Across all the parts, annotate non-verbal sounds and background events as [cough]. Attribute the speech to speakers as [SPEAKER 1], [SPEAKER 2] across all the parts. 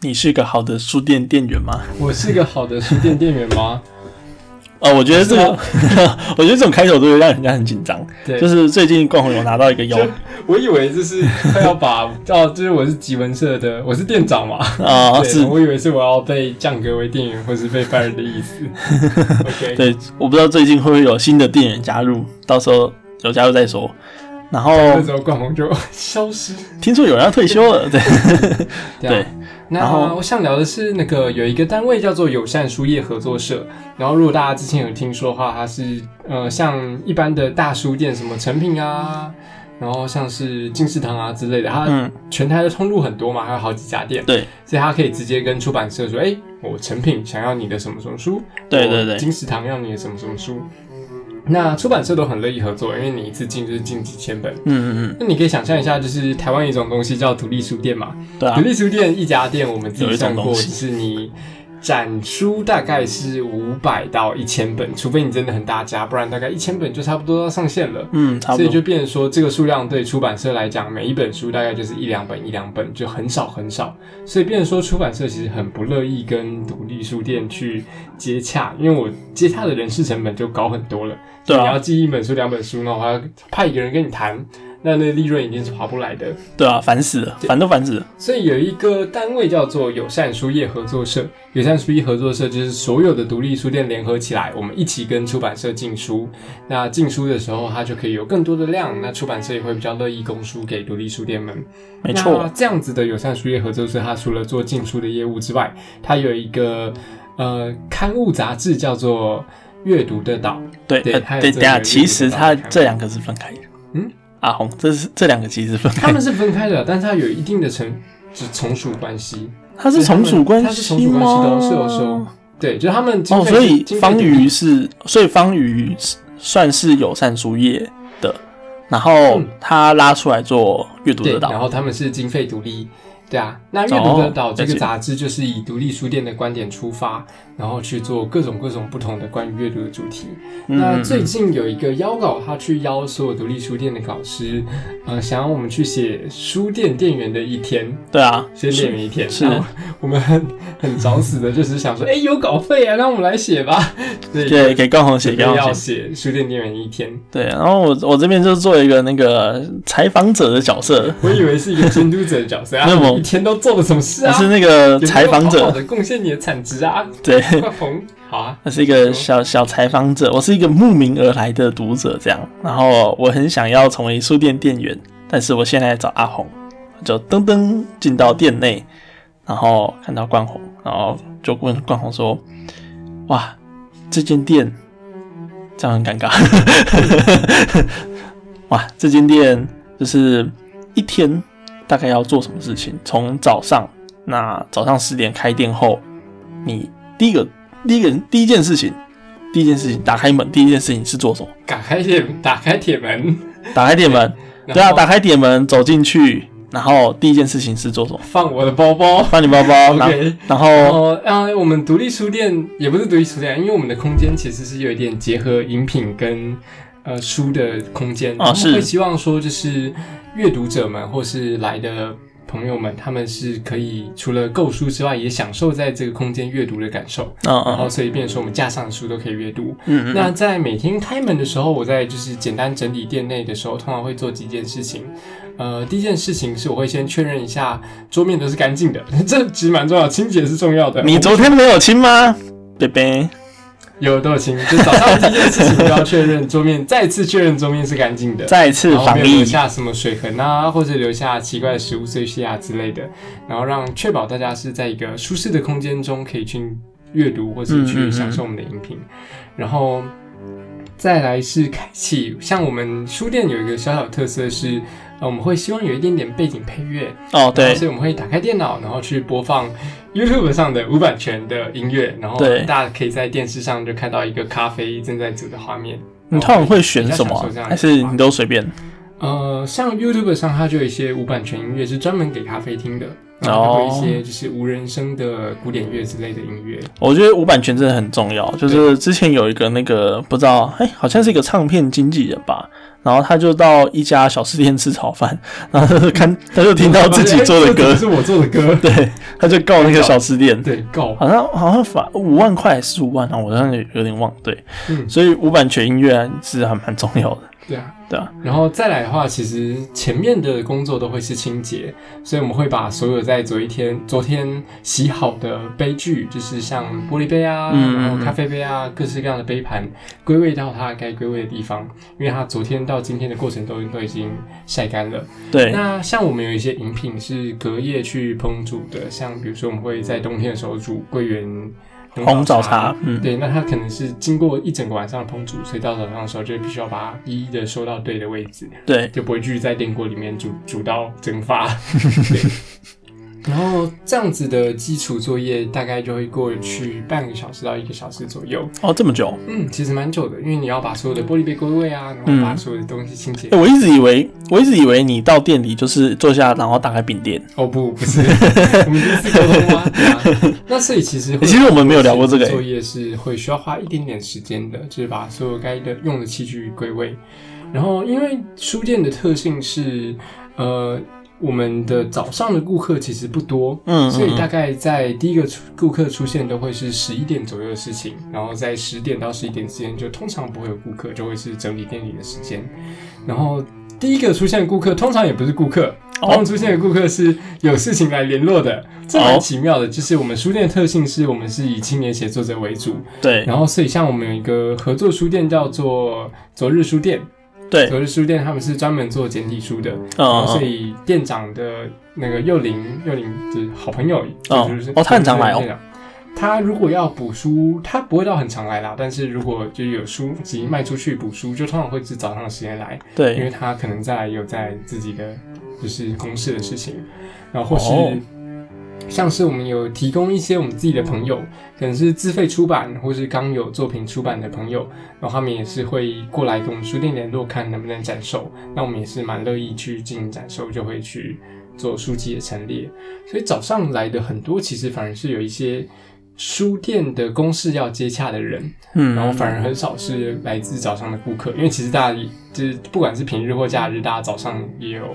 [SPEAKER 1] 你是个好的书店店员吗？
[SPEAKER 2] 我是个好的书店店员
[SPEAKER 1] [laughs]
[SPEAKER 2] 吗？
[SPEAKER 1] 哦，我觉得
[SPEAKER 2] 啊
[SPEAKER 1] 这个，我觉得这种开头都会让人家很紧张。
[SPEAKER 2] 对，
[SPEAKER 1] 就是最近逛回我拿到一个腰
[SPEAKER 2] 就我以为就是快
[SPEAKER 1] [laughs]
[SPEAKER 2] 要把哦，就是我是吉文社的，我是店长嘛，
[SPEAKER 1] 啊，
[SPEAKER 2] 对，
[SPEAKER 1] 是
[SPEAKER 2] 我以为是我要被降格为店员或是被 fire 的
[SPEAKER 1] [laughs]
[SPEAKER 2] 意思。OK，
[SPEAKER 1] 对，我不知道最近会不会有新的店员加入，到时候有加入再说。然后
[SPEAKER 2] 那时候冠宏就消失。
[SPEAKER 1] 听说有人要退休了，对，
[SPEAKER 2] 对
[SPEAKER 1] 对
[SPEAKER 2] 啊，
[SPEAKER 1] 然后
[SPEAKER 2] 那我想聊的是那个有一个单位叫做友善书业合作社，然后如果大家之前有听说的话，它是呃像一般的大书店，什么成品啊，然后像是金石堂啊之类的，它
[SPEAKER 1] 嗯，
[SPEAKER 2] 全台的通路很多嘛，还有好几家店，
[SPEAKER 1] 对，
[SPEAKER 2] 所以它可以直接跟出版社说，哎、我成品想要你的什么什么书，
[SPEAKER 1] 对
[SPEAKER 2] 我
[SPEAKER 1] 对对
[SPEAKER 2] 金石堂要你的什么什么书。那出版社都很乐意合作，因为你一次进就是进几千本。
[SPEAKER 1] 嗯嗯
[SPEAKER 2] 那你可以想象一下，就是台湾有一种东西叫独立书店嘛，
[SPEAKER 1] 嗯，对啊
[SPEAKER 2] 独，立书店一家店，我们自己算
[SPEAKER 1] 有
[SPEAKER 2] 过，
[SPEAKER 1] 一种东
[SPEAKER 2] 就
[SPEAKER 1] 西
[SPEAKER 2] 是你展出大概是五百到一千本，除非你真的很大家，不然大概一千本就差不多要上线了。
[SPEAKER 1] 嗯，差不
[SPEAKER 2] 所以
[SPEAKER 1] 多，
[SPEAKER 2] 就变成说，这个数量对出版社来讲，每一本书大概就是一两本，一两本就很少很少。所以变成说，出版社其实很不乐意跟独立书店去接洽，因为我接洽的人事成本就高很多了。
[SPEAKER 1] 对
[SPEAKER 2] 你要
[SPEAKER 1] 啊，
[SPEAKER 2] 寄一本书、两本书，然后还要派一个人跟你谈，那那利润一定是划不来的。
[SPEAKER 1] 对啊，烦死了，烦都烦死了，
[SPEAKER 2] 所以有一个单位叫做友善书业合作社，友善书业合作社就是所有的独立书店联合起来，我们一起跟出版社进书。那进书的时候，它就可以有更多的量，那出版社也会比较乐意供书给独立书店们。
[SPEAKER 1] 没
[SPEAKER 2] 那
[SPEAKER 1] 错，
[SPEAKER 2] 这样子的友善书业合作社，它除了做进书的业务之外，它有一个呃刊物杂志叫做《阅读的岛》。
[SPEAKER 1] 对，
[SPEAKER 2] 对
[SPEAKER 1] 呃
[SPEAKER 2] 还有
[SPEAKER 1] 对，
[SPEAKER 2] 这
[SPEAKER 1] 等一下，
[SPEAKER 2] 个
[SPEAKER 1] 其实它
[SPEAKER 2] 有一个
[SPEAKER 1] 这两个是分开的，
[SPEAKER 2] 嗯，
[SPEAKER 1] 阿红，这是这两个其实是分
[SPEAKER 2] 他
[SPEAKER 1] 开的，
[SPEAKER 2] 们是分开的，但是它有一定的成就是从属关系。
[SPEAKER 1] 它是从属关
[SPEAKER 2] 它是从
[SPEAKER 1] 系
[SPEAKER 2] 属关系的哦
[SPEAKER 1] 吗？
[SPEAKER 2] 是有是有对，就是他们经
[SPEAKER 1] 哦，
[SPEAKER 2] 费
[SPEAKER 1] 所
[SPEAKER 2] 是
[SPEAKER 1] 以
[SPEAKER 2] 经费
[SPEAKER 1] 方
[SPEAKER 2] 独立
[SPEAKER 1] 瑜是，所以方瑜是算是友善书业的，然后
[SPEAKER 2] 嗯
[SPEAKER 1] 他拉出来做阅读
[SPEAKER 2] 对，
[SPEAKER 1] 得到，
[SPEAKER 2] 然后他们是经费独立，对啊。那阅读得岛
[SPEAKER 1] 哦
[SPEAKER 2] 这
[SPEAKER 1] 了
[SPEAKER 2] 个
[SPEAKER 1] 解
[SPEAKER 2] 杂志就是以独立书店的观点出发，然后去做各种各种不同的关于阅读的主题。
[SPEAKER 1] 嗯
[SPEAKER 2] 那
[SPEAKER 1] 嗯
[SPEAKER 2] 最
[SPEAKER 1] 嗯
[SPEAKER 2] 近有一个邀稿，他去邀所有独立书店的稿师，呃，想要我们去写书店店员的一天，
[SPEAKER 1] 对啊，
[SPEAKER 2] 写店员一天。
[SPEAKER 1] 是
[SPEAKER 2] 然后我们很很找死的，就是想说，哎、有稿费啊，让我们来写
[SPEAKER 1] [laughs]
[SPEAKER 2] 吧。对
[SPEAKER 1] 对，给高红写，
[SPEAKER 2] 准备
[SPEAKER 1] 高
[SPEAKER 2] 要
[SPEAKER 1] 红写。
[SPEAKER 2] 写书店店员一天，
[SPEAKER 1] 对，然后我我这边就做一个那个采访者的角色，
[SPEAKER 2] 我以为是一个监督者的角色
[SPEAKER 1] [laughs]
[SPEAKER 2] 啊，
[SPEAKER 1] 那我
[SPEAKER 2] 你一天都做了什么事
[SPEAKER 1] 我
[SPEAKER 2] 啊？
[SPEAKER 1] 是那个采访
[SPEAKER 2] 有没有好好
[SPEAKER 1] 者，
[SPEAKER 2] 的贡献你的产值啊， [laughs]
[SPEAKER 1] 对，
[SPEAKER 2] 快红好啊，
[SPEAKER 1] 我是一个小小采访者，我是一个慕名而来的读者，这样。然后我很想要成为书店店员，但是我现在找阿红，就噔噔进到店内，然后看到冠宏，然后就问冠宏说：“哇，这间店这样很尴尬， [laughs] 哇，这间店就是一天大概要做什么事情？从早上，那早上十点开店后，你第一个第一个第一件事情，第一件事情打开门，第一件事情是做什么？
[SPEAKER 2] 打开铁打开铁门，
[SPEAKER 1] 打开店门，对
[SPEAKER 2] 然
[SPEAKER 1] 啊，
[SPEAKER 2] 后
[SPEAKER 1] 打开店门走进去，然后第一件事情是做什么？
[SPEAKER 2] 放我的包包。
[SPEAKER 1] 翻你包包，然
[SPEAKER 2] OK，
[SPEAKER 1] 然
[SPEAKER 2] 然
[SPEAKER 1] 后
[SPEAKER 2] 后啊，我们独立书店也不是独立书店，因为我们的空间其实是有一点结合饮品跟呃书的空间，啊
[SPEAKER 1] 哦
[SPEAKER 2] 我
[SPEAKER 1] 是
[SPEAKER 2] 们会希望说就是阅读者们或是来的。朋友们，他们是可以除了购书之外，也享受在这个空间阅读的感受。
[SPEAKER 1] 嗯
[SPEAKER 2] 然后，
[SPEAKER 1] 嗯
[SPEAKER 2] 所以变成说我们架上的书都可以阅读。
[SPEAKER 1] 嗯嗯
[SPEAKER 2] 那在每天开门的时候，我在就是简单整理店内的时候，通常会做几件事情。呃，第一件事情是我会先确认一下桌面都是干净的， [laughs] 这其实蛮重要，清洁是重要的。
[SPEAKER 1] 嗯，你
[SPEAKER 2] 我
[SPEAKER 1] 昨天没有亲吗，贝贝？
[SPEAKER 2] 有都有清，就早上第一件事情就要确认桌面，再次确认桌面是干净的。
[SPEAKER 1] 再次
[SPEAKER 2] 然后
[SPEAKER 1] 防
[SPEAKER 2] 没有
[SPEAKER 1] 疫
[SPEAKER 2] 留，下什么水痕啊，或者留下奇怪的食物碎屑啊之类的，然后让确保大家是在一个舒适的空间中可以去阅读或是
[SPEAKER 1] 嗯嗯
[SPEAKER 2] 去
[SPEAKER 1] 嗯
[SPEAKER 2] 享受我们的饮品，然后再来是开启，像我们书店有一个小小的特色是，呃，我们会希望有一点点背景配乐，
[SPEAKER 1] 哦，
[SPEAKER 2] 然后
[SPEAKER 1] 对
[SPEAKER 2] 所以我们会打开电脑，然后去播放 YouTube 上的无版权的音乐，然后
[SPEAKER 1] 对
[SPEAKER 2] 大家可以在电视上就看到一个咖啡正在煮的画面。
[SPEAKER 1] 你通常会选什么
[SPEAKER 2] 比较享受这样
[SPEAKER 1] 啊？
[SPEAKER 2] 的
[SPEAKER 1] 还是你都随便？
[SPEAKER 2] 呃，像 YouTube 上，它就有一些无版权音乐是专门给咖啡听的，然后
[SPEAKER 1] 哦
[SPEAKER 2] 还有一些就是无人声的古典乐之类的音乐。
[SPEAKER 1] 我觉得无版权真的很重要。就是之前有一个那个不知道，哎、好像是一个唱片经纪人吧，然后他就到一家小吃店吃炒饭，然后他就看，他就听到自己做
[SPEAKER 2] [laughs]
[SPEAKER 1] 的歌
[SPEAKER 2] 哎这，是我做的歌，
[SPEAKER 1] [laughs]
[SPEAKER 2] [laughs]
[SPEAKER 1] 对，他就告那个小吃店，
[SPEAKER 2] 对，告，
[SPEAKER 1] 好像好像罚五万块还是五万啊，我好像有有点忘，对，
[SPEAKER 2] 嗯，
[SPEAKER 1] 所以无版权音乐是还蛮重要的，
[SPEAKER 2] 对啊。
[SPEAKER 1] 对啊，
[SPEAKER 2] 然后再来的话，其实前面的工作都会是清洁，所以我们会把所有在昨一天、昨天洗好的杯具，就是像玻璃杯啊，
[SPEAKER 1] 嗯
[SPEAKER 2] 然后咖啡杯啊，各式各样的杯盘，归位到它该归位的地方，因为它昨天到今天的过程都都已经晒干了。
[SPEAKER 1] 对，
[SPEAKER 2] 那像我们有一些饮品是隔夜去烹煮的，像比如说我们会在冬天的时候煮桂圆
[SPEAKER 1] 红枣茶，嗯，
[SPEAKER 2] 对，那它可能是经过一整个晚上的烹煮，所以到早上的时候就必须要把它一一的收到对的位置， [laughs]
[SPEAKER 1] 对，
[SPEAKER 2] 就不会继续在电锅里面煮煮到
[SPEAKER 1] [laughs]
[SPEAKER 2] 蒸发。对然后这样子的基础作业大概就会过去半个小时到一个小时左右，
[SPEAKER 1] 哦，这么久，
[SPEAKER 2] 嗯，其实蛮久的，因为你要把所有的玻璃杯归位啊，然后把
[SPEAKER 1] 嗯
[SPEAKER 2] 所有的东西清洁。
[SPEAKER 1] 欸我一直以为，我一直以为你到店里就是坐下，然后打开饼店。
[SPEAKER 2] 哦不，不是，我们第一次沟通啊。对啊那所以其实
[SPEAKER 1] 欸
[SPEAKER 2] 会
[SPEAKER 1] 其实我们没有聊过这个欸
[SPEAKER 2] 作业是会需要花一点点时间的，就是把所有该的用的器具归位。然后，因为书店的特性是，呃，我们的早上的顾客其实不多，
[SPEAKER 1] 嗯，
[SPEAKER 2] 所以
[SPEAKER 1] 嗯
[SPEAKER 2] 大概在第一个出顾客出现都会是十一点左右的事情，然后在十点到十一点之间就通常不会有顾客，就会是整理店里的时间。然后第一个出现的顾客通常也不是顾客，
[SPEAKER 1] 哦
[SPEAKER 2] 往往出现的顾客是有事情来联络的，这
[SPEAKER 1] 哦
[SPEAKER 2] 蛮奇妙的。就是我们书店的特性是我们是以青年写作者为主，
[SPEAKER 1] 对
[SPEAKER 2] 然后所以像我们有一个合作书店叫做昨日书店，
[SPEAKER 1] 对，
[SPEAKER 2] 昨日书店他们是专门做简体书的，然后
[SPEAKER 1] 嗯
[SPEAKER 2] 所
[SPEAKER 1] 嗯，
[SPEAKER 2] 以店长的那个幼林，幼林就是好朋友，
[SPEAKER 1] 哦
[SPEAKER 2] 就是
[SPEAKER 1] 哦他很常来哦
[SPEAKER 2] 店长。他如果要补书，他不会到很常来啦，但是如果就是有书籍卖出去补书，就通常会是早上的时间来，因为
[SPEAKER 1] 对，嗯
[SPEAKER 2] 他可能在有在自己的就是公事的事情，然后或是、
[SPEAKER 1] 哦
[SPEAKER 2] 像是我们有提供一些我们自己的朋友，可能是自费出版或是刚有作品出版的朋友，然后他们也是会过来跟我们书店联络，看能不能展售。那我们也是蛮乐意去进行展售，就会去做书籍的陈列。所以早上来的很多，其实反而是有一些书店的公事要接洽的人，
[SPEAKER 1] 嗯，
[SPEAKER 2] 然后反而很少是来自早上的顾客，因为其实大家也就是不管是平日或假日，大家早上也有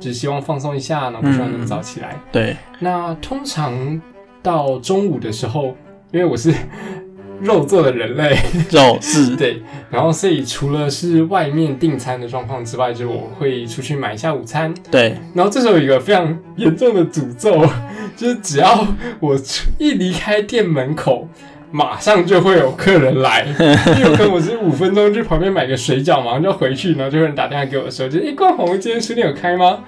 [SPEAKER 2] 就是希望放松一下，然后不希望那么早起来。
[SPEAKER 1] 对，
[SPEAKER 2] 那通常到中午的时候，因为我是 [laughs] 肉做的人类，
[SPEAKER 1] 肉是，
[SPEAKER 2] [laughs] 对，然后所以除了是外面订餐的状况之外，就是我会出去买一下午餐， [laughs]
[SPEAKER 1] 对，
[SPEAKER 2] 然后这时候有一个非常严重的诅咒， [laughs] 就是只要我出一离开店门口，马上就会有客
[SPEAKER 1] [laughs]
[SPEAKER 2] 人来。因为有可能我是五分钟去旁边买个水饺，马上就回去，然后就有人打电话给我说，就是哎，冠宏今天书店有开吗？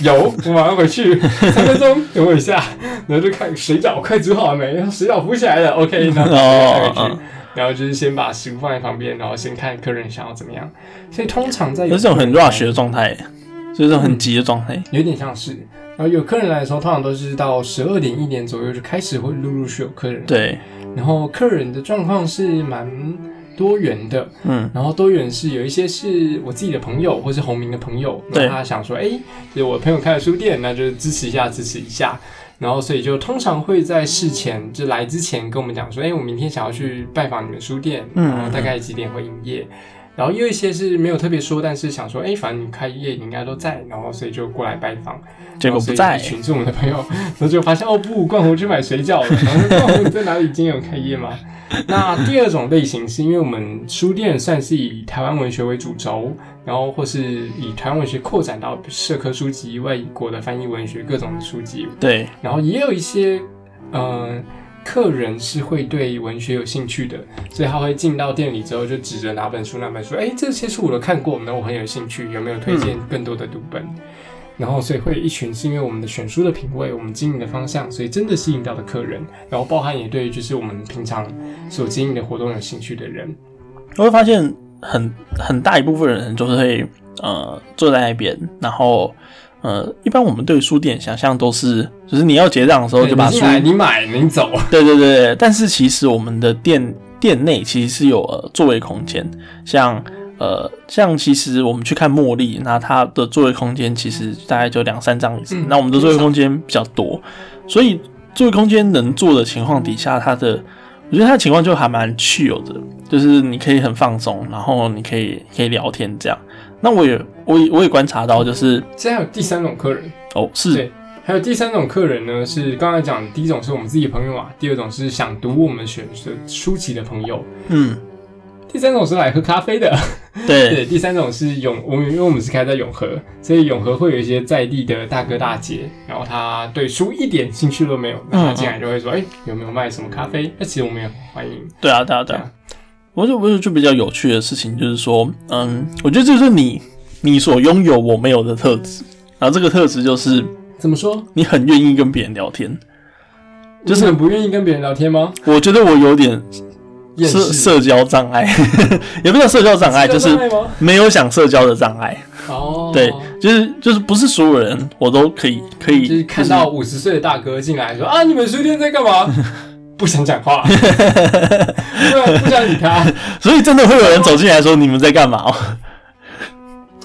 [SPEAKER 2] 有，我马上回去， [laughs] 三分钟，等我一下，然后就看水饺快煮好了没，水饺浮起来了，OK，然后就回
[SPEAKER 1] [laughs] 哦
[SPEAKER 2] 去，然后就是先把食物放在旁边，然后先看客人想要怎么样。所以通常在有
[SPEAKER 1] 这是种很
[SPEAKER 2] 客人来
[SPEAKER 1] rush 的状态，就是这种很急的状态。
[SPEAKER 2] 有点像是。然后有客人来的时候，通常都是到十二点一点左右就开始会陆陆续有客人。，
[SPEAKER 1] 对，
[SPEAKER 2] 然后客人的状况是蛮多元的，
[SPEAKER 1] 嗯，
[SPEAKER 2] 然后多元是有一些是我自己的朋友或是红明的朋友，
[SPEAKER 1] 对
[SPEAKER 2] 那他想说，哎、就是我朋友开的书店，那就支持一下，支持一下。然后所以就通常会在事前就来之前跟我们讲说，哎、我明天想要去拜访你们书店，
[SPEAKER 1] 嗯
[SPEAKER 2] 然后大概几点会营业。然后也有一些是没有特别说，但是想说，哎，反正你开业你应该都在，然后所以就过来拜访。
[SPEAKER 1] 结果不
[SPEAKER 2] 然后哦所以
[SPEAKER 1] 在
[SPEAKER 2] 一，群是我们的朋友， [laughs] 然后就发现哦不，冠宏去买水
[SPEAKER 1] [laughs]
[SPEAKER 2] 饺了。然后说冠宏你在哪里？今天有开业吗？那第二种类型是因为我们书店算是以台湾文学为主轴，然后或是以台湾文学扩展到社科书籍、外国的翻译文学各种的书籍，
[SPEAKER 1] 对，
[SPEAKER 2] 然后也有一些呃客人是会对文学有兴趣的，所以他会进到店里之后就指着哪本书哪本书，哎，这些书我都看过，那我很有兴趣，有没有推荐更多的读本？
[SPEAKER 1] 嗯
[SPEAKER 2] 然后所以会有一群是因为我们的选书的品味，我们经营的方向，所以真的吸引到的客人，然后包含也对就是我们平常所经营的活动有兴趣的人，
[SPEAKER 1] 我会发现很很大一部分人就是会呃坐在那边，然后呃，一般我们对书店想象都是，就是你要结账的时候就
[SPEAKER 2] 对
[SPEAKER 1] 把
[SPEAKER 2] 哎你
[SPEAKER 1] 书
[SPEAKER 2] 进来你买你走，
[SPEAKER 1] [laughs] 对对对，对但是其实我们的店店内其实是有、呃、座位空间，像呃像其实我们去看茉莉，那它的座位空间其实大概就两三张椅子，
[SPEAKER 2] 嗯
[SPEAKER 1] 那我们的座位空间比较多，所以座位空间能坐的情况底下，它的我觉得它的情况就还蛮 chill 的，就是你可以很放松，然后你可以可以聊天这样。那我也我也我也观察到，就是
[SPEAKER 2] 现在还有第三种客人，
[SPEAKER 1] 哦是
[SPEAKER 2] 对还有第三种客人呢，是刚才讲的第一种是我们自己的朋友嘛，第二种是想读我们选的书籍的朋友，
[SPEAKER 1] 嗯
[SPEAKER 2] 第三种是来喝咖啡的，
[SPEAKER 1] 对
[SPEAKER 2] [laughs] 对，第三种是永，我们因为我们是开在永和，所以永和会有一些在地的大哥大姐，然后他对书一点兴趣都没有，那他进来就会说，哎、有没有卖什么咖啡？那其实我们也很欢迎，
[SPEAKER 1] 对啊对啊对
[SPEAKER 2] 对
[SPEAKER 1] 啊
[SPEAKER 2] 啊。
[SPEAKER 1] 我就我就就比较有趣的事情就是说，嗯，我觉得这就是你你所拥有我没有的特质，然后这个特质就是
[SPEAKER 2] 怎么说？
[SPEAKER 1] 你很愿意跟别人聊天。
[SPEAKER 2] 就是很不愿意跟别人聊天吗？
[SPEAKER 1] 我觉得我有点
[SPEAKER 2] 厌
[SPEAKER 1] 社
[SPEAKER 2] 世
[SPEAKER 1] 社交障碍， [laughs] 也不叫社交障碍，就是
[SPEAKER 2] 爱吗？
[SPEAKER 1] 没有想社交的障碍。
[SPEAKER 2] 哦，
[SPEAKER 1] 对，就是就是不是所有人我都可以可以，
[SPEAKER 2] 就是看到五十岁的大哥进来说啊，你们书店在干嘛？ [laughs] 不想讲话，对，啊不想理他。
[SPEAKER 1] 所以真的会有人走进来说你们在干嘛哦？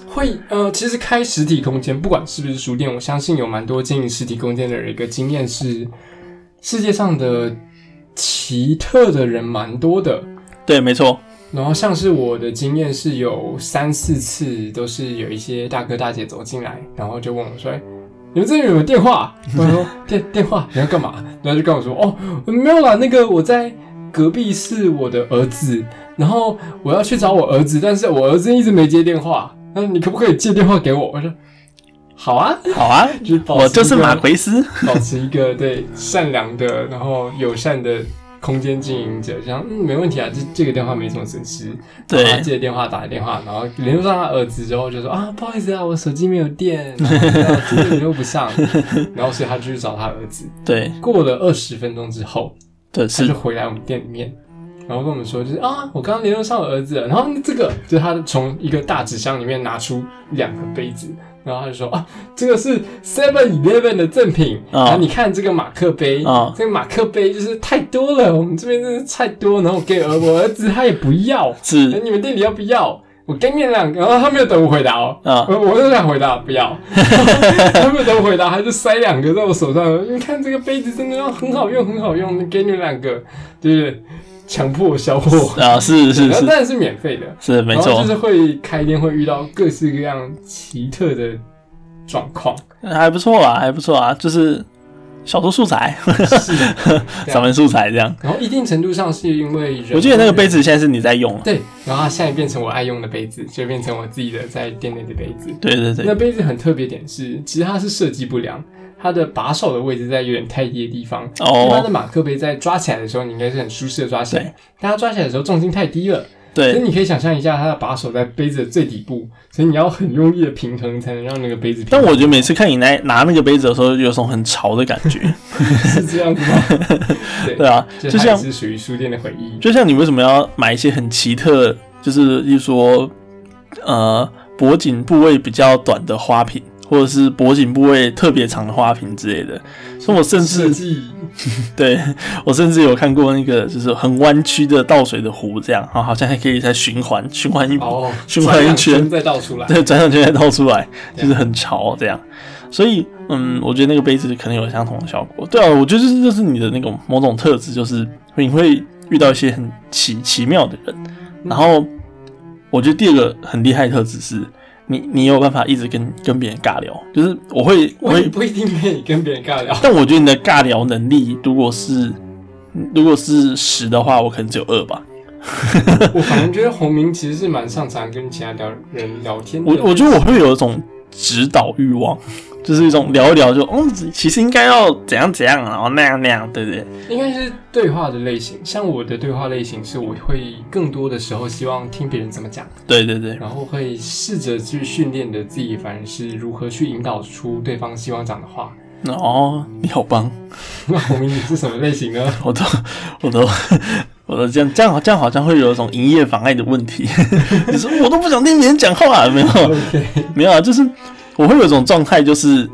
[SPEAKER 2] 会呃，其实开实体空间，不管是不是书店，我相信有蛮多经营实体空间的人一个经验是，世界上的奇特的人蛮多的。
[SPEAKER 1] 对，没错，
[SPEAKER 2] 然后像是我的经验是有三四次都是有一些大哥大姐走进来，然后就问我说：“哎你们这里有没有电话？”我说：“电电话你要干嘛？”然后就跟我说：“哦，没有啦，那个我在隔壁是我的儿子，然后我要去找我儿子，但是我儿子一直没接电话，那你可不可以借电话给我？”我说：“好啊，
[SPEAKER 1] 好啊，
[SPEAKER 2] 就是保持
[SPEAKER 1] 我就是
[SPEAKER 2] 一个
[SPEAKER 1] 马奎斯，
[SPEAKER 2] 保持一个对善良的， [laughs] 然后友善的空间经营者，这样嗯没问题啊，这这个电话没什么损失。然后他
[SPEAKER 1] 对，
[SPEAKER 2] 接电话打电话，然后联络上他儿子之后就说啊，不好意思啊，我手机没有电，然后真的联络不上，然后所以他就去找他儿子。
[SPEAKER 1] 对
[SPEAKER 2] 过了二十分钟之后，
[SPEAKER 1] 对
[SPEAKER 2] 他
[SPEAKER 1] 是
[SPEAKER 2] 就，回来我们店里面，然后跟我们说就是啊，我刚刚联络上我儿子了，然后这个就是他从一个大纸箱里面拿出两个杯子。然后他就说啊，这个是 Seven Eleven 的赠品，
[SPEAKER 1] 啊
[SPEAKER 2] 然后你看这个马克杯，
[SPEAKER 1] 啊
[SPEAKER 2] 这个马克杯就是太多了，我们这边真的是太多，然后我给儿我儿子他也不要，哎
[SPEAKER 1] 是
[SPEAKER 2] 你们店里要不要？我给你两个，然后他没有等我回答哦，
[SPEAKER 1] 啊，
[SPEAKER 2] 我我就想回答不要， [laughs] 他没有等我回答，他就塞两个在我手上。你看这个杯子真的要很好用，很好用，给你们两个，就是强迫我销货，
[SPEAKER 1] 啊是是
[SPEAKER 2] 然后
[SPEAKER 1] 是
[SPEAKER 2] 当然是免费的，
[SPEAKER 1] 是，没
[SPEAKER 2] 哦然后
[SPEAKER 1] 错
[SPEAKER 2] 就，是会开店会遇到各式各样奇特的状
[SPEAKER 1] [laughs]
[SPEAKER 2] 况，
[SPEAKER 1] 还不错啊，还不错啊，就是小说素材，
[SPEAKER 2] 是，对啊
[SPEAKER 1] [laughs] 散文素材这样。
[SPEAKER 2] 然后一定程度上是因为人
[SPEAKER 1] 我记得那个杯子现在是你在用啊了，
[SPEAKER 2] 对，然后它现在变成我爱用的杯子，就变成我自己的在店内的杯子。
[SPEAKER 1] 对对对
[SPEAKER 2] 那，杯子很特别点是，其实它是设计不良，它的把手的位置在有点太低的地方。一般
[SPEAKER 1] 哦
[SPEAKER 2] 的马克杯在抓起来的时候，你应该是很舒适的抓起
[SPEAKER 1] 对
[SPEAKER 2] 来，但它抓起来的时候重心太低了，所以
[SPEAKER 1] 对
[SPEAKER 2] 你可以想象一下，它的把手在杯子的最底部，所以你要很用力的平衡才能让那个杯子平衡。
[SPEAKER 1] 但我觉得每次看你拿拿那个杯子的时候，有种很潮的感觉，
[SPEAKER 2] [laughs] 是这样子吗？
[SPEAKER 1] 对啊，
[SPEAKER 2] 就
[SPEAKER 1] 就
[SPEAKER 2] 它也
[SPEAKER 1] 像
[SPEAKER 2] 是属于书店的回忆。
[SPEAKER 1] 就像你为什么要买一些很奇特，就是例如说，呃，脖颈部位比较短的花瓶，或者是脖颈部位特别长的花瓶之类的。所以我甚
[SPEAKER 2] 设
[SPEAKER 1] 至
[SPEAKER 2] 计
[SPEAKER 1] 对我甚至有看过那个就是很弯曲的倒水的壶，这样啊，好像还可以再循环循环一
[SPEAKER 2] 哦，
[SPEAKER 1] 循环一圈
[SPEAKER 2] 转两再倒出来。
[SPEAKER 1] 对，转转圈再倒出来，就是很潮这样。所以，嗯，我觉得那个杯子可能有相同的效果。对啊，我觉得这就是你的那种某种特质，就是你会遇到一些很奇奇妙的人。然后，我觉得第二个很厉害的特质是，你你有办法一直跟跟别人尬聊，就是我会我
[SPEAKER 2] 我也
[SPEAKER 1] 会，
[SPEAKER 2] 不一定可以跟别人尬聊，
[SPEAKER 1] 但我觉得你的尬聊能力如果是如果是十的话，我可能只有二吧。
[SPEAKER 2] 我反正觉得洪明其实是蛮擅长跟其他聊人聊天的。
[SPEAKER 1] 我我觉得我会有一种指导欲望，就是一种聊一聊就，嗯，其实应该要怎样怎样，然后那样那样，对不对？
[SPEAKER 2] 应该是对话的类型，像我的对话类型是，我会更多的时候希望听别人怎么讲，
[SPEAKER 1] 对对对，
[SPEAKER 2] 然后会试着去训练的自己，反而是如何去引导出对方希望讲的话。 [laughs]
[SPEAKER 1] 哦，你好棒，
[SPEAKER 2] 那洪明你是什么类型呢？
[SPEAKER 1] 我都我都 [laughs] 我都这样这样这样好像会有一种营业妨碍的问题， [laughs] 就是我都不想听别人讲话，啊没有
[SPEAKER 2] OK
[SPEAKER 1] 没有啊，就是我会有一种状态，就是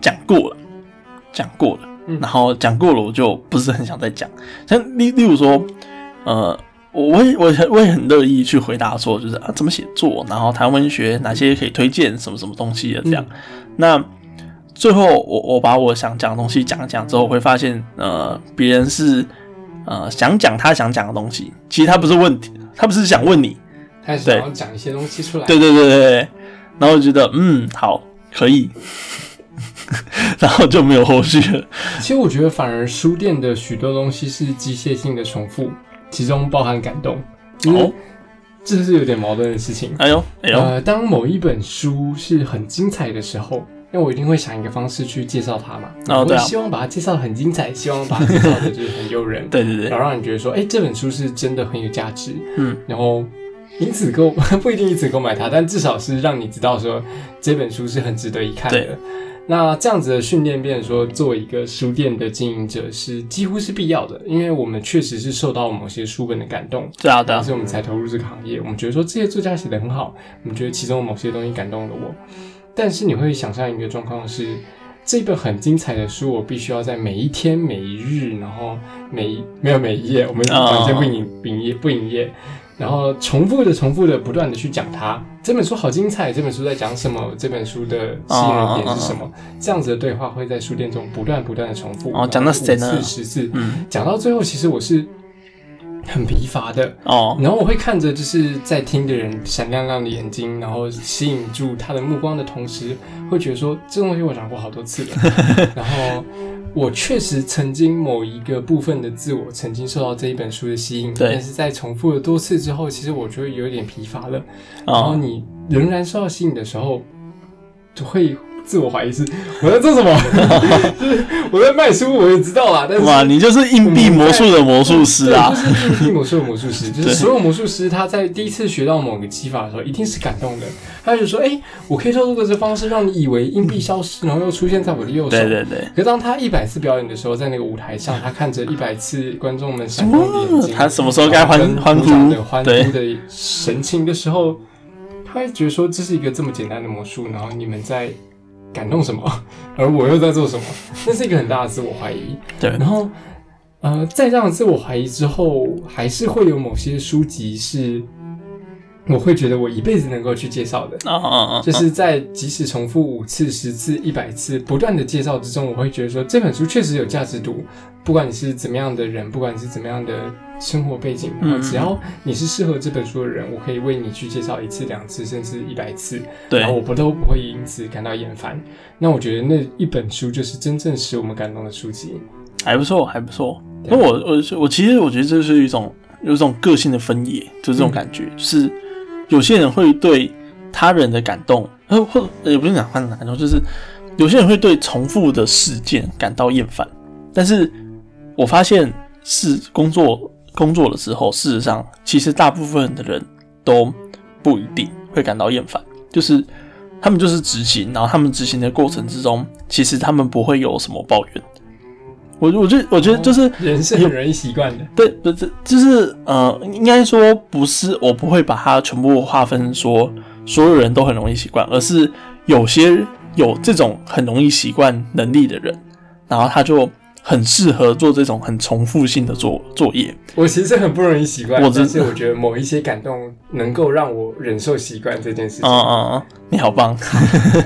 [SPEAKER 1] 讲过了，讲过了，
[SPEAKER 2] 嗯
[SPEAKER 1] 然后讲过了，我就不是很想再讲。像例例如说，呃，我会我也很我也很乐意去回答说，就是啊怎么写作，然后谈文学哪些可以推荐什么什么东西的这样。
[SPEAKER 2] 嗯
[SPEAKER 1] 那最后我我把我想讲的东西讲一讲之后，我会发现呃别人是呃想讲他想讲的东西，其实他不是问题，他不是想问你，
[SPEAKER 2] 开始想要讲一些东西出来。
[SPEAKER 1] 对对对对对，然后我觉得嗯好可以，然后就没有后续了。
[SPEAKER 2] 其实我觉得，反而书店的许多东西是机械性的重复，其中包含感动，就是
[SPEAKER 1] 哦
[SPEAKER 2] 这是有点矛盾的事情。
[SPEAKER 1] 哎呦哎呦，
[SPEAKER 2] 呃，当某一本书是很精彩的时候，那我一定会想一个方式去介绍它嘛。
[SPEAKER 1] 哦
[SPEAKER 2] 我
[SPEAKER 1] 对
[SPEAKER 2] 会
[SPEAKER 1] 啊，
[SPEAKER 2] 希望把它介绍的很精彩，希望把它介绍的就是很诱
[SPEAKER 1] [laughs]
[SPEAKER 2] 人
[SPEAKER 1] 对对
[SPEAKER 2] 然
[SPEAKER 1] 对，
[SPEAKER 2] 后让你觉得说，哎、这本书是真的很有价值。
[SPEAKER 1] 嗯，
[SPEAKER 2] 然后因此购 [laughs] 不一定因此购买它，但至少是让你知道说这本书是很值得一看
[SPEAKER 1] 对
[SPEAKER 2] 的。那这样子的训练，变成说作为一个书店的经营者是几乎是必要的，因为我们确实是受到某些书本的感动，
[SPEAKER 1] 对啊对啊
[SPEAKER 2] 所以我们才投入这个行业。我们觉得说这些作家写的很好，我们觉得其中某些东西感动了我。但是你会想象一个状况是，这本很精彩的书，我必须要在每一天、每一日，然后每一没有每一页，我们
[SPEAKER 1] 哦
[SPEAKER 2] 短线不营不营业不营业，然后重复的、重复的、不断的去讲它。这本书好精彩，这本书在讲什么？这本书的吸引人点是什么？这样子的对话会在书店中不断不断的重复，
[SPEAKER 1] 哦讲到
[SPEAKER 2] 然后五
[SPEAKER 1] stand
[SPEAKER 2] 次、
[SPEAKER 1] up
[SPEAKER 2] 十次，
[SPEAKER 1] 嗯
[SPEAKER 2] 讲到最后，其实我是很疲乏的。
[SPEAKER 1] 哦
[SPEAKER 2] 然后我会看着就是在听的人闪亮亮的眼睛，然后吸引住他的目光的同时，会觉得说这东西我讲过好多次了。然后我确实曾经某一个部分的自我曾经受到这一本书的吸引，
[SPEAKER 1] 对
[SPEAKER 2] 但是在重复了多次之后，其实我就会有点疲乏了。然后
[SPEAKER 1] 哦，
[SPEAKER 2] 你仍然受到吸引的时候，就会自我怀疑是我在做什么？就是我在卖书，我也知道啦，但是
[SPEAKER 1] 哇，你就是硬币魔术的魔术师啊！
[SPEAKER 2] 对就是硬币魔术的魔术师，就是
[SPEAKER 1] 对
[SPEAKER 2] 所有魔术师他在第一次学到某个技法的时候，一定是感动的。他就说：“哎、我可以透过这方式让你以为硬币消失，然后又出现在我的右手。
[SPEAKER 1] 对对对，
[SPEAKER 2] 可当他一百次表演的时候，在那个舞台上，他看着一百次观众们闪光的眼
[SPEAKER 1] 哦
[SPEAKER 2] 睛，
[SPEAKER 1] 他什么时候该欢
[SPEAKER 2] 跟
[SPEAKER 1] 欢
[SPEAKER 2] 鼓掌的
[SPEAKER 1] 呼？
[SPEAKER 2] 欢呼
[SPEAKER 1] 对，
[SPEAKER 2] 的神情的时候，他会觉得说这是一个这么简单的魔术，然后你们在感动什么，而我又在做什么？那是一个很大的自我怀疑。
[SPEAKER 1] 对
[SPEAKER 2] 然后，呃，在这样自我怀疑之后，还是会有某些书籍是我会觉得我一辈子能够去介绍的。
[SPEAKER 1] 哦哦哦，
[SPEAKER 2] 就
[SPEAKER 1] 哦
[SPEAKER 2] 是在即使重复五次、十次、一百次不断的介绍之中，我会觉得说这本书确实有价值读。不管你是怎么样的人，不管你是怎么样的生活背景，
[SPEAKER 1] 嗯
[SPEAKER 2] 然后只要你是适合这本书的人，我可以为你去介绍一次、两次，甚至一百次，
[SPEAKER 1] 对
[SPEAKER 2] 然后我不都不会因此感到厌烦。那我觉得那一本书就是真正使我们感动的书籍。
[SPEAKER 1] 还不错，还不错。
[SPEAKER 2] 对
[SPEAKER 1] 那我我我其实我觉得这是一种有一种个性的分野，就这种
[SPEAKER 2] 嗯
[SPEAKER 1] 感觉，是有些人会对他人的感动，呃，或呃也不是讲他人的感动，就是有些人会对重复的事件感到厌烦。但是我发现是工作工作了之后，事实上其实大部分的人都不一定会感到厌烦，就是。他们就是执行，然后他们执行的过程之中，其实他们不会有什么抱怨。我我觉得我觉得就是
[SPEAKER 2] 人是很容易习惯的，
[SPEAKER 1] 对，不是，就是呃，应该说不是，我不会把它全部划分说所有人都很容易习惯，而是有些有这种很容易习惯能力的人，然后他就很适合做这种很重复性的作作业。
[SPEAKER 2] [laughs] 我其实很不容易习惯，
[SPEAKER 1] 我知
[SPEAKER 2] 但是我觉得某一些感动能够让我忍受习惯这件事情。
[SPEAKER 1] 嗯嗯嗯，你好棒。 [laughs]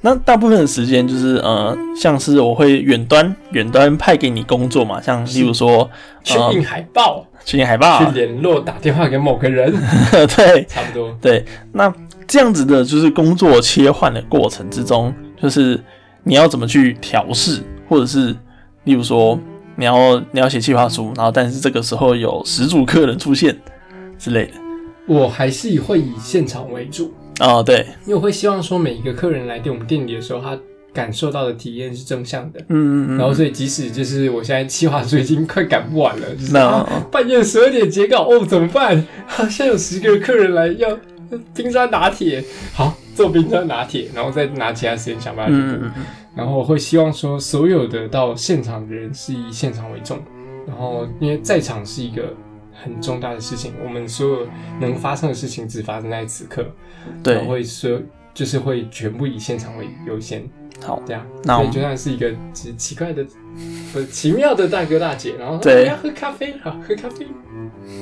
[SPEAKER 1] 那大部分的时间就是呃，像是我会远端远端派给你工作嘛，像例如说
[SPEAKER 2] 去印海报，
[SPEAKER 1] 去年海报
[SPEAKER 2] 去，联络打电话给某个人，
[SPEAKER 1] [laughs] 对，
[SPEAKER 2] 差不多。
[SPEAKER 1] 对，那这样子的就是工作切换的过程之中，就是你要怎么去调试，或者是例如说你要你要写计划书，然后但是这个时候有十组客人出现之类的。
[SPEAKER 2] 我还是以会以现场为主，
[SPEAKER 1] 哦，对，
[SPEAKER 2] 因为我会希望说每一个客人来店我们店里的时候，他感受到的体验是正向的。
[SPEAKER 1] 嗯嗯嗯，
[SPEAKER 2] 然后，所以即使就是我现在计划书已经快赶不完了，就是
[SPEAKER 1] 那
[SPEAKER 2] 啊半夜十二点截稿哦，怎么办？ [laughs] 好像有十个客人来要冰山拿铁，好做冰山拿铁，然后再拿其他时间想办法
[SPEAKER 1] 嗯
[SPEAKER 2] 去补
[SPEAKER 1] 嗯嗯，
[SPEAKER 2] 然后我会希望说，所有的到现场的人是以现场为重，然后因为在场是一个很重大的事情，我们所有能发生的事情只发生在此刻，
[SPEAKER 1] 嗯对
[SPEAKER 2] 然后，会说就是会全部以现场为优先，
[SPEAKER 1] 好，
[SPEAKER 2] 对啊，
[SPEAKER 1] 那我
[SPEAKER 2] 所以
[SPEAKER 1] 们
[SPEAKER 2] 就算是一个奇奇怪的、 [laughs] 不奇妙的大哥大姐，然后说
[SPEAKER 1] 对
[SPEAKER 2] 哎要喝咖啡，好喝咖啡，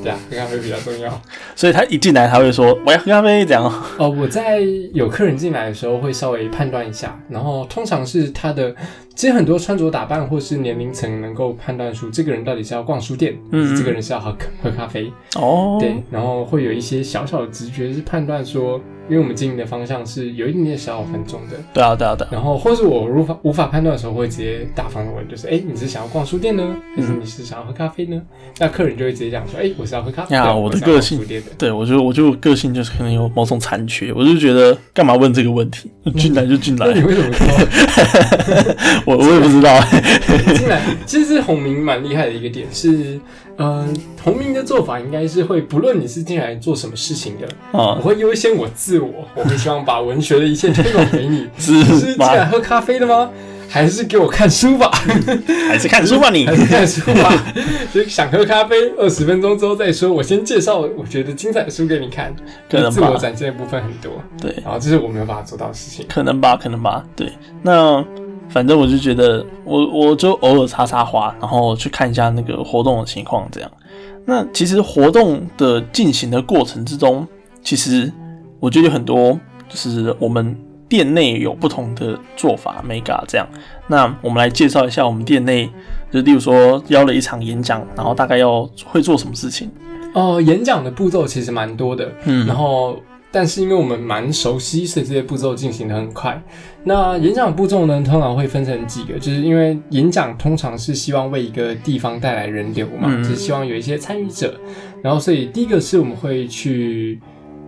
[SPEAKER 2] 对啊，喝咖啡比较重
[SPEAKER 1] [laughs]
[SPEAKER 2] 要。
[SPEAKER 1] 所以他一进来他会说我要喝咖啡，这样哦
[SPEAKER 2] 哦，我在有客人进来的时候会稍微判断一下，然后通常是他的，其实很多穿着打扮或是年龄层能够判断出这个人到底是要逛书店，
[SPEAKER 1] 嗯
[SPEAKER 2] 还是这个人是要喝喝咖啡，
[SPEAKER 1] 哦，
[SPEAKER 2] 对，然后会有一些小小的直觉是判断说，因为我们经营的方向是有一点点小小分众的，
[SPEAKER 1] 对啊，对啊，对啊，
[SPEAKER 2] 然后或是我无法无法判断的时候，会直接大方的问，就是哎、诶你是想要逛书店呢，还是
[SPEAKER 1] 嗯
[SPEAKER 2] 你是想要喝咖啡呢？那客人就会直接讲说，哎、我是要喝咖啡
[SPEAKER 1] 呀
[SPEAKER 2] 的，
[SPEAKER 1] 啊我的
[SPEAKER 2] 是要逛
[SPEAKER 1] 个性
[SPEAKER 2] 书店的。
[SPEAKER 1] 对我就我就个性就是可能有某种残缺，我就觉得干嘛问这个问题，进来就进来
[SPEAKER 2] 那，你为什么说
[SPEAKER 1] 我我也不知道，
[SPEAKER 2] 进来？其实红明蛮厉害的一个点是，嗯、红明的做法应该是会，不论你是进来做什么事情的，我
[SPEAKER 1] 哦，
[SPEAKER 2] 会优先我自我，我会希望把文学的一切推广
[SPEAKER 1] [laughs]
[SPEAKER 2] 给你。你是
[SPEAKER 1] 是
[SPEAKER 2] 进来
[SPEAKER 1] 吗？
[SPEAKER 2] 喝咖啡的吗？还是给我看书吧？
[SPEAKER 1] 还是看书吧你
[SPEAKER 2] 还，是看书 [laughs] 吧，就是想喝咖啡，二十分钟之后再说。我先介绍我觉得精彩的书给你看，
[SPEAKER 1] 可能
[SPEAKER 2] 自我
[SPEAKER 1] 吧，
[SPEAKER 2] 展现的部分很多，
[SPEAKER 1] 对，
[SPEAKER 2] 然后这是我没有办法做到的事情。
[SPEAKER 1] 可能吧，可能吧。对，那反正我就觉得我我就偶尔插插花，然后去看一下那个活动的情况这样。那其实活动的进行的过程之中，其实我觉得有很多就是我们店内有不同的做法 mega 这样。那我们来介绍一下我们店内，就例如说邀了一场演讲，然后大概要会做什么事情。
[SPEAKER 2] 哦，演讲的步骤其实蛮多的，
[SPEAKER 1] 嗯，
[SPEAKER 2] 然后但是因为我们蛮熟悉，所以这些步骤进行的很快。那演讲的步骤呢，通常会分成几个，就是因为演讲通常是希望为一个地方带来人流嘛，
[SPEAKER 1] 嗯
[SPEAKER 2] 就是希望有一些参与者。然后所以第一个是我们会去，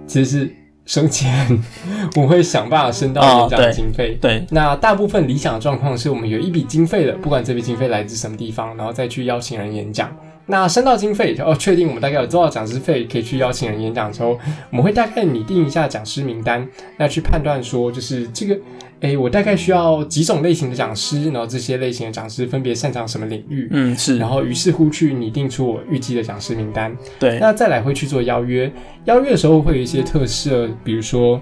[SPEAKER 2] 其实是生钱， [laughs] 我们会想办法升到
[SPEAKER 1] 哦
[SPEAKER 2] 演讲的
[SPEAKER 1] 对
[SPEAKER 2] 经费。
[SPEAKER 1] 对，
[SPEAKER 2] 那大部分理想的状况是我们有一笔经费的，不管这笔经费来自什么地方，然后再去邀请人演讲。那申到经费，哦，确定我们大概有多少讲师费可以去邀请人演讲之后，我们会大概拟定一下讲师名单，那去判断说就是这个，诶，我大概需要几种类型的讲师，然后这些类型的讲师分别擅长什么领域，
[SPEAKER 1] 嗯是
[SPEAKER 2] 然，后于是乎去拟定出我预计的讲师名单。
[SPEAKER 1] 对，
[SPEAKER 2] 那再来会去做邀约，邀约的时候会有一些特色，比如说，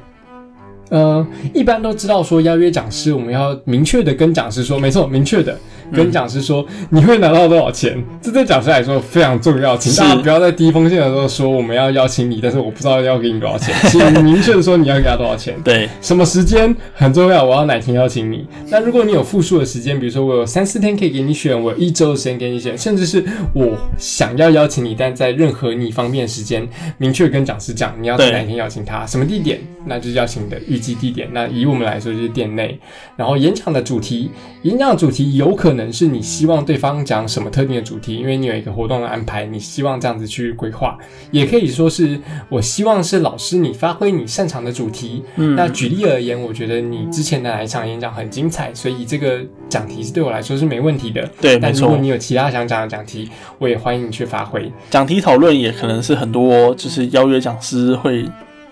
[SPEAKER 2] 呃，一般都知道说邀约讲师，我们要明确的跟讲师说，没错，明确的
[SPEAKER 1] 嗯
[SPEAKER 2] 跟讲师说、你会拿到多少钱，这对讲师来说非常重要，请大家
[SPEAKER 1] 是
[SPEAKER 2] 不要在第一封信的时候说我们要邀请你，但是我不知道要给你多少钱，请明确的说你要给他多少钱。
[SPEAKER 1] 对，
[SPEAKER 2] 什么时间很重要，我要哪天邀请你。那如果你有复数的时间，比如说我有三四天可以给你选，我有一周的时间给你选，甚至是我想要邀请你，但在任何你方便的时间，明确跟讲师讲你要在
[SPEAKER 1] 对
[SPEAKER 2] 哪一天邀请他，什么地点，那就是邀请你的预计地点。那以我们来说就是店内，然后演讲的主题，演讲的主题有可能是你希望对方讲什么特定的主题，因为你有一个活动的安排，你希望这样子去规划，也可以说是我希望是老师你发挥你擅长的主题，
[SPEAKER 1] 嗯
[SPEAKER 2] 那举例而言，我觉得你之前的哪一场演讲很精彩，所以这个讲题是对我来说是没问题的。
[SPEAKER 1] 对，没
[SPEAKER 2] 但如
[SPEAKER 1] 错
[SPEAKER 2] 果。你有其他想讲的讲题，我也欢迎你去发挥。
[SPEAKER 1] 讲题讨论也可能是很多就是邀约讲师会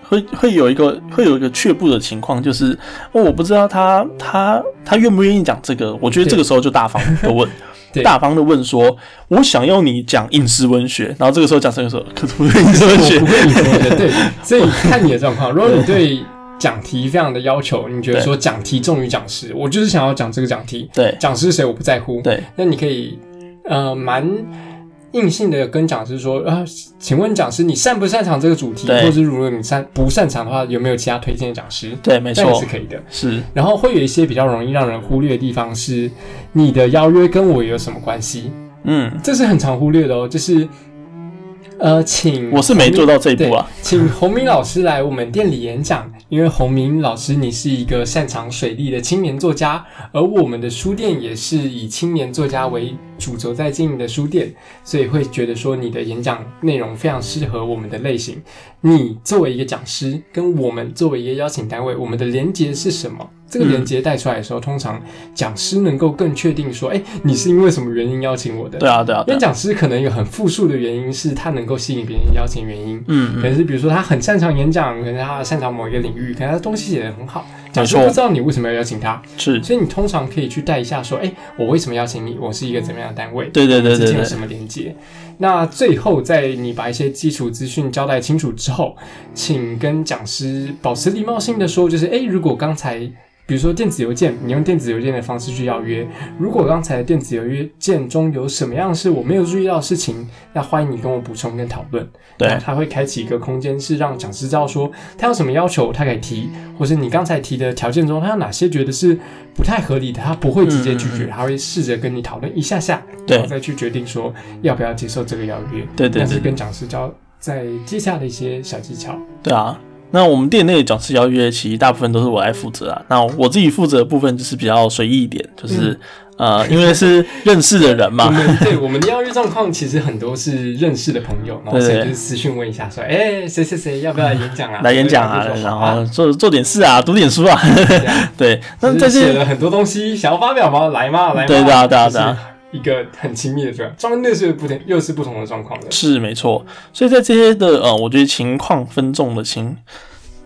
[SPEAKER 1] 会会有一个会有一个却步的情况，就是哦，我不知道他他他愿不愿意讲这个，我觉得这个时候就大方的问
[SPEAKER 2] 对。
[SPEAKER 1] 大方的问说：“我想要你讲饮食文学。”然后这个时候讲师就说：“可是我对饮食文
[SPEAKER 2] 我
[SPEAKER 1] 学
[SPEAKER 2] 不会你说
[SPEAKER 1] [laughs]
[SPEAKER 2] 的，对，所以看你的状况。如果你对讲题非常的要求，你觉得说讲题重于讲师，我就是想要讲这个讲题，
[SPEAKER 1] 对
[SPEAKER 2] 讲师是谁我不在乎。
[SPEAKER 1] 对
[SPEAKER 2] 那你可以呃蛮硬性的跟讲师说啊、请问讲师你擅不擅长这个主题，
[SPEAKER 1] 对
[SPEAKER 2] 或是如果你擅不擅长的话，有没有其他推荐的讲师？
[SPEAKER 1] 对，没
[SPEAKER 2] 这样也
[SPEAKER 1] 错
[SPEAKER 2] 是，可以的。
[SPEAKER 1] 是
[SPEAKER 2] 然后会有一些比较容易让人忽略的地方是，你的邀约跟我有什么关系？
[SPEAKER 1] 嗯，
[SPEAKER 2] 这是很常忽略的哦。就是，呃，请
[SPEAKER 1] 我是没做到这一步啊。
[SPEAKER 2] 请洪明老师来我们店里演讲，因为洪明老师你是一个擅长水利的青年作家，而我们的书店也是以青年作家为主轴在经营的书店，所以会觉得说你的演讲内容非常适合我们的类型。你作为一个讲师，跟我们作为一个邀请单位，我们的连接是什么？这个连接带出来的时候，通常讲师能够更确定说，哎，你是因为什么原因邀请我的？
[SPEAKER 1] 对啊，对啊，
[SPEAKER 2] 因
[SPEAKER 1] 对
[SPEAKER 2] 为
[SPEAKER 1] 啊，
[SPEAKER 2] 讲师可能有很复数的原因，是他能够吸引别人邀请原因。
[SPEAKER 1] 嗯
[SPEAKER 2] 可
[SPEAKER 1] 嗯，
[SPEAKER 2] 能是比如说他很擅长演讲，可能他擅长某一个领域，可能他东西写得很好，讲师
[SPEAKER 1] 没错
[SPEAKER 2] 不知道你为什么要邀请他，
[SPEAKER 1] 是，
[SPEAKER 2] 所以你通常可以去带一下说，哎、我为什么邀请你？我是一个怎么样的单位？
[SPEAKER 1] 对对对
[SPEAKER 2] 之
[SPEAKER 1] 对
[SPEAKER 2] 间有
[SPEAKER 1] 对，
[SPEAKER 2] 什么连接？那最后，在你把一些基础资讯交代清楚之后，请跟讲师保持礼貌性的说，就是哎、诶如果刚才比如说电子邮件，你用电子邮件的方式去邀约。如果刚才的电子邮件中有什么样是我没有注意到的事情，那欢迎你跟我补充跟讨论。
[SPEAKER 1] 对
[SPEAKER 2] 那他会开启一个空间，是让讲师知道说他有什么要求，他可以提，
[SPEAKER 1] 嗯
[SPEAKER 2] 或是你刚才提的条件中，他有哪些觉得是不太合理的，他不会直接拒
[SPEAKER 1] 嗯
[SPEAKER 2] 绝，
[SPEAKER 1] 嗯嗯
[SPEAKER 2] 他会试着跟你讨论一下下，
[SPEAKER 1] 对
[SPEAKER 2] 然后再去决定说要不要接受这个邀约。
[SPEAKER 1] 对对
[SPEAKER 2] 但是
[SPEAKER 1] 对对
[SPEAKER 2] 跟讲师教在接下的一些小技
[SPEAKER 1] [laughs]
[SPEAKER 2] 巧。
[SPEAKER 1] 对啊。那我们店内的讲师邀约，其实大部分都是我来负责啊。那我自己负责的部分就是比较随意一点，就是、
[SPEAKER 2] 嗯
[SPEAKER 1] 呃，因为是认识的人
[SPEAKER 2] [laughs] 我
[SPEAKER 1] 嘛，
[SPEAKER 2] 们对我们的邀约状况，其实很多是认识的朋友，然后
[SPEAKER 1] 对
[SPEAKER 2] 所以就是私讯问一下，说，哎，谁谁谁要不要来演讲啊？
[SPEAKER 1] 来演讲啊
[SPEAKER 2] [laughs] 对，
[SPEAKER 1] 然后做做点事啊，读点书啊。 [laughs]
[SPEAKER 2] 这样
[SPEAKER 1] 对，那
[SPEAKER 2] 就
[SPEAKER 1] 在
[SPEAKER 2] 是写
[SPEAKER 1] 这
[SPEAKER 2] 了很多东西，想要发表吗？来嘛，来嘛，
[SPEAKER 1] 对对啊对啊
[SPEAKER 2] 就是
[SPEAKER 1] 对啊
[SPEAKER 2] 一个很亲密的状况，状那是不同，又是不同的状况的。
[SPEAKER 1] 是没错，所以在这些的呃，我觉得情况分众的情， [coughs]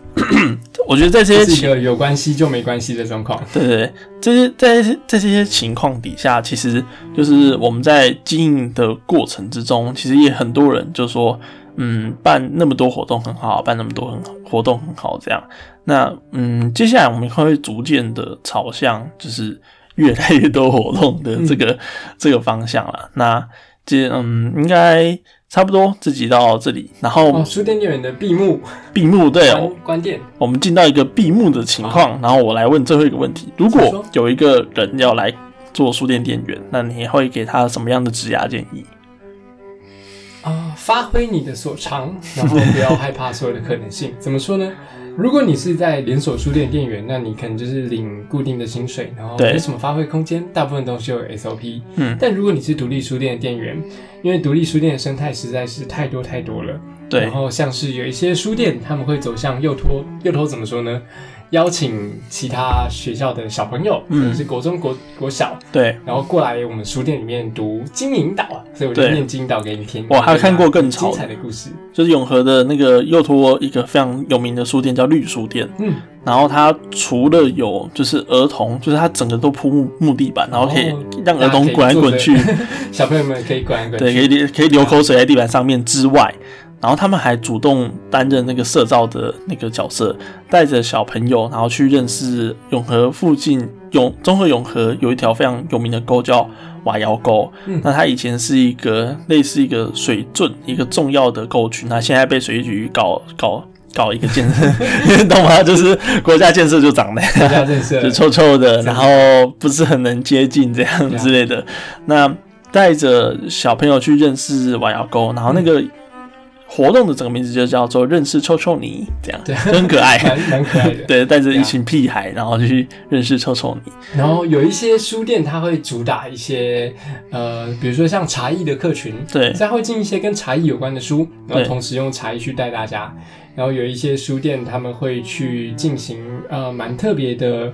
[SPEAKER 1] 我觉得在这
[SPEAKER 2] 这
[SPEAKER 1] 些
[SPEAKER 2] 是一
[SPEAKER 1] 情
[SPEAKER 2] 个有关系就没关系的状况，
[SPEAKER 1] 对对对，这些在在这些情况底下，其实就是我们在经营的过程之中，其实也很多人就说，嗯，办那么多活动很好，办那么多很好活动很好这样。那嗯，接下来我们会逐渐的朝向就是越来越多活动的这个、 [laughs] 这个方向了。那这嗯，应该差不多这集到这里，然
[SPEAKER 2] 哦，
[SPEAKER 1] 后
[SPEAKER 2] 书店店员的闭幕
[SPEAKER 1] 闭幕对。哦
[SPEAKER 2] 关关店，
[SPEAKER 1] 我们进到一个闭幕的情况，然后我来问最后一个问题：如
[SPEAKER 2] 请说
[SPEAKER 1] 果有一个人要来做书店店员，那你会给他什么样的职涯建议？
[SPEAKER 2] 啊，发挥你的所长，然后不要害怕所有的可能性。 [laughs] 怎么说呢？如果你是在连锁书店店员，那你可能就是领固定的薪水，然后
[SPEAKER 1] 对
[SPEAKER 2] 没什么发挥空间，大部分东西有 SOP。
[SPEAKER 1] 嗯
[SPEAKER 2] 但如果你是独立书店的店员，因为独立书店的生态实在是太多太多了。
[SPEAKER 1] 对
[SPEAKER 2] 然，后像是有一些书店，他们会走向幼托，幼托怎么说呢？邀请其他学校的小朋友，
[SPEAKER 1] 嗯
[SPEAKER 2] 嗯，是国中国国小，
[SPEAKER 1] 对，
[SPEAKER 2] 然后过来我们书店里面读经营岛啊，所以我就
[SPEAKER 1] 对
[SPEAKER 2] 念经营岛给你听。
[SPEAKER 1] 我还有看过更
[SPEAKER 2] 精
[SPEAKER 1] 潮
[SPEAKER 2] 彩
[SPEAKER 1] 的，
[SPEAKER 2] 的故事。
[SPEAKER 1] 就是永和的那个幼托一个非常有名的书店叫绿书店，
[SPEAKER 2] 嗯，
[SPEAKER 1] 然后它除了有就是儿童，就是它整个都铺木木地板，然后可以
[SPEAKER 2] 哦
[SPEAKER 1] 让儿童
[SPEAKER 2] 大家可以
[SPEAKER 1] 滚来滚去，
[SPEAKER 2] 坐着，小朋友们可以滚来滚
[SPEAKER 1] 对，
[SPEAKER 2] 去。
[SPEAKER 1] 可以流可以流口水在地板上面之外，然后他们还主动担任那个社造的那个角色，带着小朋友，然后去认识永和附近永中和永和有一条非常有名的沟叫瓦窑沟，
[SPEAKER 2] 嗯
[SPEAKER 1] 那它以前是一个类似一个水圳一个重要的沟渠，那现在被水局搞搞。搞一个建设， [laughs] 你懂吗？就是国家建设就长那样，
[SPEAKER 2] 大家认识了
[SPEAKER 1] 就臭臭的，
[SPEAKER 2] 真的
[SPEAKER 1] 然后不是很能接近这样之类的。那带着小朋友去认识瓦窑沟，然后那
[SPEAKER 2] 嗯
[SPEAKER 1] 个活动的整个名字就叫做“认识臭臭泥”，这样
[SPEAKER 2] 对
[SPEAKER 1] 就很可爱。
[SPEAKER 2] [laughs] 蛮蛮可爱的。
[SPEAKER 1] [laughs] 对，带着一群屁孩，然后去认识臭臭泥。
[SPEAKER 2] 然后有一些书店，它会主打一些呃，比如说像茶艺的客群，
[SPEAKER 1] 对
[SPEAKER 2] 它会进一些跟茶艺有关的书，然后
[SPEAKER 1] 对
[SPEAKER 2] 同时用茶艺去带大家。然后有一些书店，他们会去进行呃蛮特别的。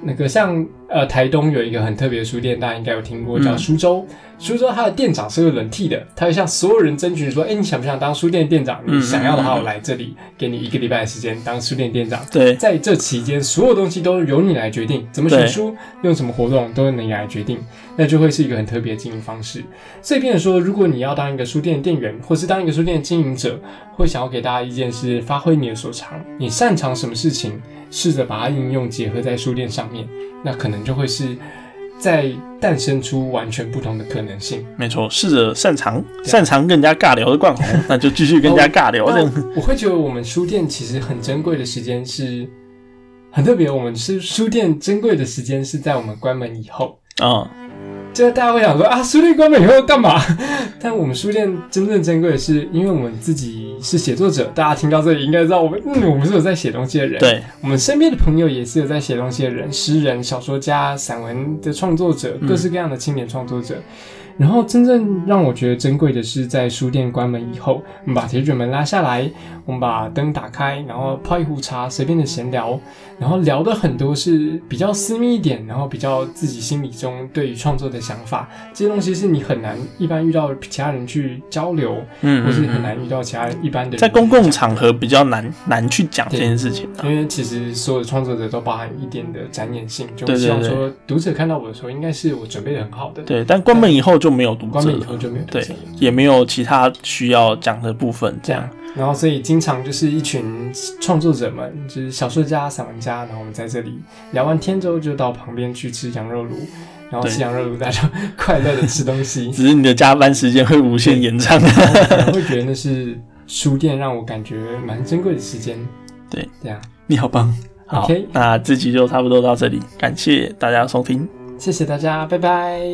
[SPEAKER 2] 那个像呃，台东有一个很特别的书店，大家应该有听过，叫
[SPEAKER 1] 嗯
[SPEAKER 2] 苏州。苏州它的店长是会轮替的，他会向所有人争取说，哎、你想不想当书店店长？
[SPEAKER 1] 嗯
[SPEAKER 2] 你想要的话，
[SPEAKER 1] 嗯嗯
[SPEAKER 2] 我来这里给你一个礼拜的时间当书店店长。
[SPEAKER 1] 对
[SPEAKER 2] 在这期间，所有东西都由你来决定，怎么选书、用什么活动都是你来决定，那就会是一个很特别的经营方式。所以，变成说，如果你要当一个书店店员，或是当一个书店经营者，会想要给大家意见是：发挥你的所长，你擅长什么事情，试着把它应用结合在书店上面，那可能就会是在诞生出完全不同的可能性。
[SPEAKER 1] 没错，试着擅长
[SPEAKER 2] 对
[SPEAKER 1] 擅长跟人家尬聊的冠
[SPEAKER 2] [laughs]
[SPEAKER 1] 宏，那就继续跟人家尬聊这样。
[SPEAKER 2] 那我会觉得我们书店其实很珍贵的时间是很特别，我们是书店珍贵的时间是在我们关门以后。
[SPEAKER 1] 嗯，
[SPEAKER 2] 就是大家会想说啊，书店关门以后要干嘛？ [laughs] 但我们书店真正珍贵的是，因为我们自己是写作者，大家听到这里应该知道我们，嗯，我们是有在写东西的人。，
[SPEAKER 1] 对，
[SPEAKER 2] 我们身边的朋友也是有在写东西的人，诗人、小说家、散文的创作者，
[SPEAKER 1] 嗯
[SPEAKER 2] 各式各样的青年创作者。然后，真正让我觉得珍贵的是，在书店关门以后，我们把铁卷门拉下来，我们把灯打开，然后泡一壶茶，随便的闲聊，然后聊的很多是比较私密一点，然后比较自己心里中对于创作的想法，这些东西是你很难一般遇到其他人去交流，
[SPEAKER 1] 嗯，
[SPEAKER 2] 或是
[SPEAKER 1] 嗯
[SPEAKER 2] 很
[SPEAKER 1] 嗯
[SPEAKER 2] 难遇到其他人一般的人
[SPEAKER 1] 在公共场合比较难难去讲这件事情啊。
[SPEAKER 2] 因为其实所有的创作者都包含一点的展演性，就
[SPEAKER 1] 对对
[SPEAKER 2] 希望
[SPEAKER 1] 对
[SPEAKER 2] 说读者看到我的时候，应该是我准备的很好的。
[SPEAKER 1] 对，但关门以后就就没有读
[SPEAKER 2] 关
[SPEAKER 1] 者
[SPEAKER 2] 门以
[SPEAKER 1] 了，
[SPEAKER 2] 后就没有读
[SPEAKER 1] 对
[SPEAKER 2] 者了。，
[SPEAKER 1] 也没有其他需要讲的部分，这样。
[SPEAKER 2] 然后，所以经常就是一群创作者们，就是小说家、散文家，然后我们在这里聊完天之后，就到旁边去吃羊肉炉，然后
[SPEAKER 1] 对
[SPEAKER 2] 吃羊肉炉，大家 [laughs] 就快乐的吃东
[SPEAKER 1] [laughs]
[SPEAKER 2] 西，
[SPEAKER 1] 只是你的加班时间会无限延长。
[SPEAKER 2] 然后我可能会觉得那是书店让我感觉蛮珍贵的时间。
[SPEAKER 1] 对，
[SPEAKER 2] 这样，
[SPEAKER 1] 你好棒！好
[SPEAKER 2] OK
[SPEAKER 1] 那这集就差不多到这里，感谢大家收听。
[SPEAKER 2] 谢谢大家，拜拜。